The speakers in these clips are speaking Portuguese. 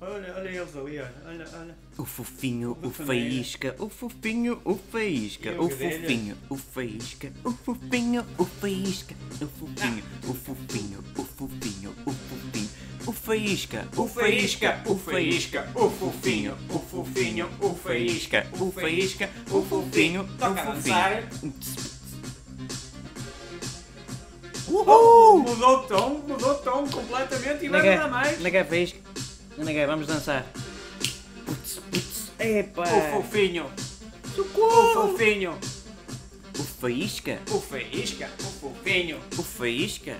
olha, olha eles ali, olha, olha, olha. O fofinho, o Batoneira. faísca, o fofinho, o faísca, E o o grelha. fofinho, o faísca, o fofinho, o faísca, o fofinho, o fofinho, o fofinho, o fofinho, o faísca, o faísca, o faísca, o fofinho, o fofinho, o faísca, o faísca, o fofinho, o Toca a dançar. fofinho. Uh! Uhul! Uh! Mudou o tom, mudou o tom completamente e é vai Neguei, mudar mais. neguei faísca. Neguei, vamos dançar. Epá! O fofinho. Socorro! O fofinho. O faísca, O faísca. O fofinho. o faísca,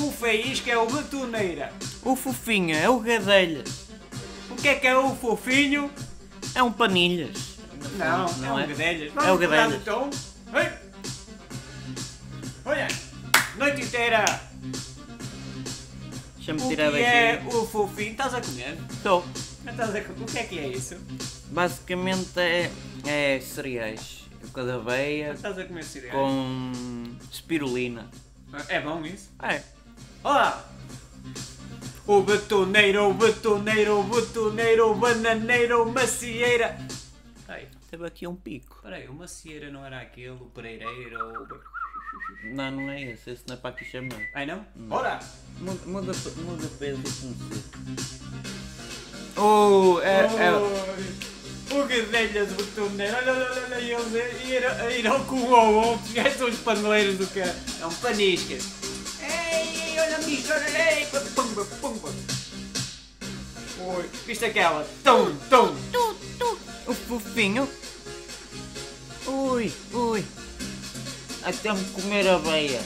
O faísca é o betoneira. o fofinho é o gadelha, O que é que é o fofinho? é um panilhas. Não, não é é? um gadelhas. É o Vamos mudar de Gadelhas. tom. Ei! Olha, noite inteira. Deixa-me O que tirar daqui. é o fofinho? Estás a comer? Tô. Não estás a comer? O que é que é isso? Basicamente é, é cereais com de aveia Estás a comer cereais? É com espirulina. É bom isso? É. Olá! O betoneiro, o betoneiro, o betoneiro, o bananeiro, o macieira. Ai, Teve aqui um pico. peraí, o macieira não era aquele, o pereireiro, o. Não, não é esse. Esse não é para aqui chamar. Ai não? Hum. Ora! Muda, muda, muda para ele conhecer. Oh, é, é. Oi, O gadelha de betoneiro, olha, olha, olha, olha, eles ir, ir ao com um ao outro, os gajos são os paneleiros do cara. É um panisca. Ei, olha bicho, olha, ei, pumba, pumba. Oi, viste aquela? Tum, tum. Tu, tu. O fofinho. Ui, ui. Até me comer aveia.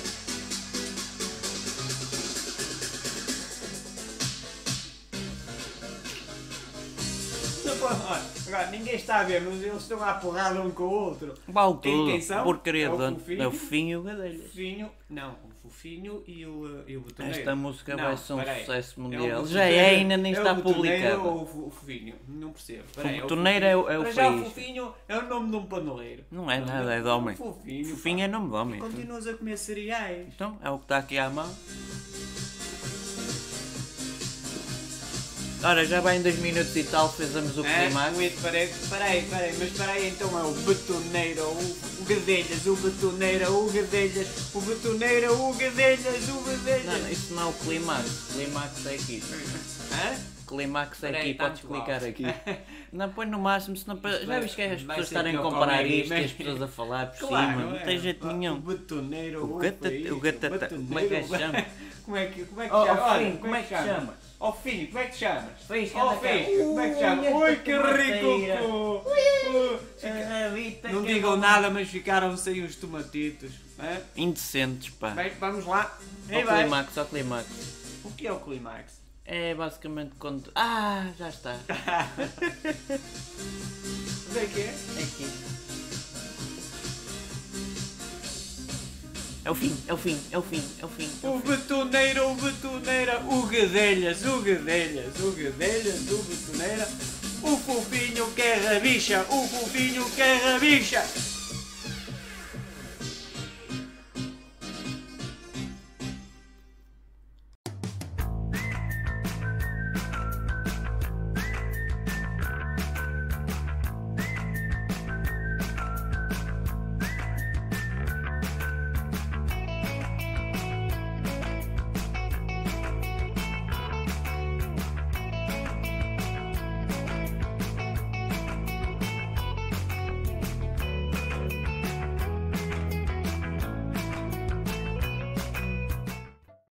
Agora, ninguém está a ver, mas eles estão à porrada um com o outro. Vale Quem- tudo. quem são? Porcaria É o do ano. fofinho? É o fofinho e o O gadelha. fofinho, não, o fofinho e o, eh, e o botoneiro. Esta música Não, vai ser um peraí. sucesso É o mundial. botoneiro- Já é, ainda nem é o está botoneiro publicada. ou o fo- o fofinho, não percebo. Peraí, é botoneiro é o- é o Para já, o faísca. fofinho é o nome de um paneleiro. Não é nada, é de um homem. Fofinho. Fofinho é nome de homem. pá. Continuas a comer cereais. Então, é o que está aqui à mão. Ora, já vai em 2 minutos e tal, fizemos o É, climax. Luís, peraí, peraí, peraí, mas peraí, então é o betoneiro, o, o gadelhas, o betoneiro, o gadelhas, o betoneiro, o gadelhas, o Não, gadelhas. não, isso não é o climax. O climax é aqui. Hã? O climax é Peraí, aqui, tá podes muito clicar alto. aqui. Não, põe no máximo, senão. pa- Já vai- viste que é as vai pessoas ser aqui estarem a ao comparar Palmeiras, isto e as mas- pessoas a falar por Claro, cima. Não tem é, jeito pá, nenhum. O betoneiro, O o gata- país, o gatata- batoneiro, como é que é que se chama? Como é que, como é que Ó, chama? ó, Olha, filho, como é que chama? chamas? Ó filho, como é que te chamas? Fisca, Ó anda cá. filho, como é que te Ui, chamas? Ui, esta que tomateira. rico! Ui. Não digam digam nada, mas ficaram sem os tomatitos. hã? Indecentes, pá. Bem, vamos lá. Aí Ao vai. climax, ao climax. O que é o climax? É basicamente quando. Ah, já está. Onde é que é? Aqui. É o fim, é o fim, é o fim, é o fim. O betoneira, o betoneira, o gadelhas, o gadelhas, o gadelhas, o betoneira, o fofinho que é rabicha, o fofinho que é rabicha.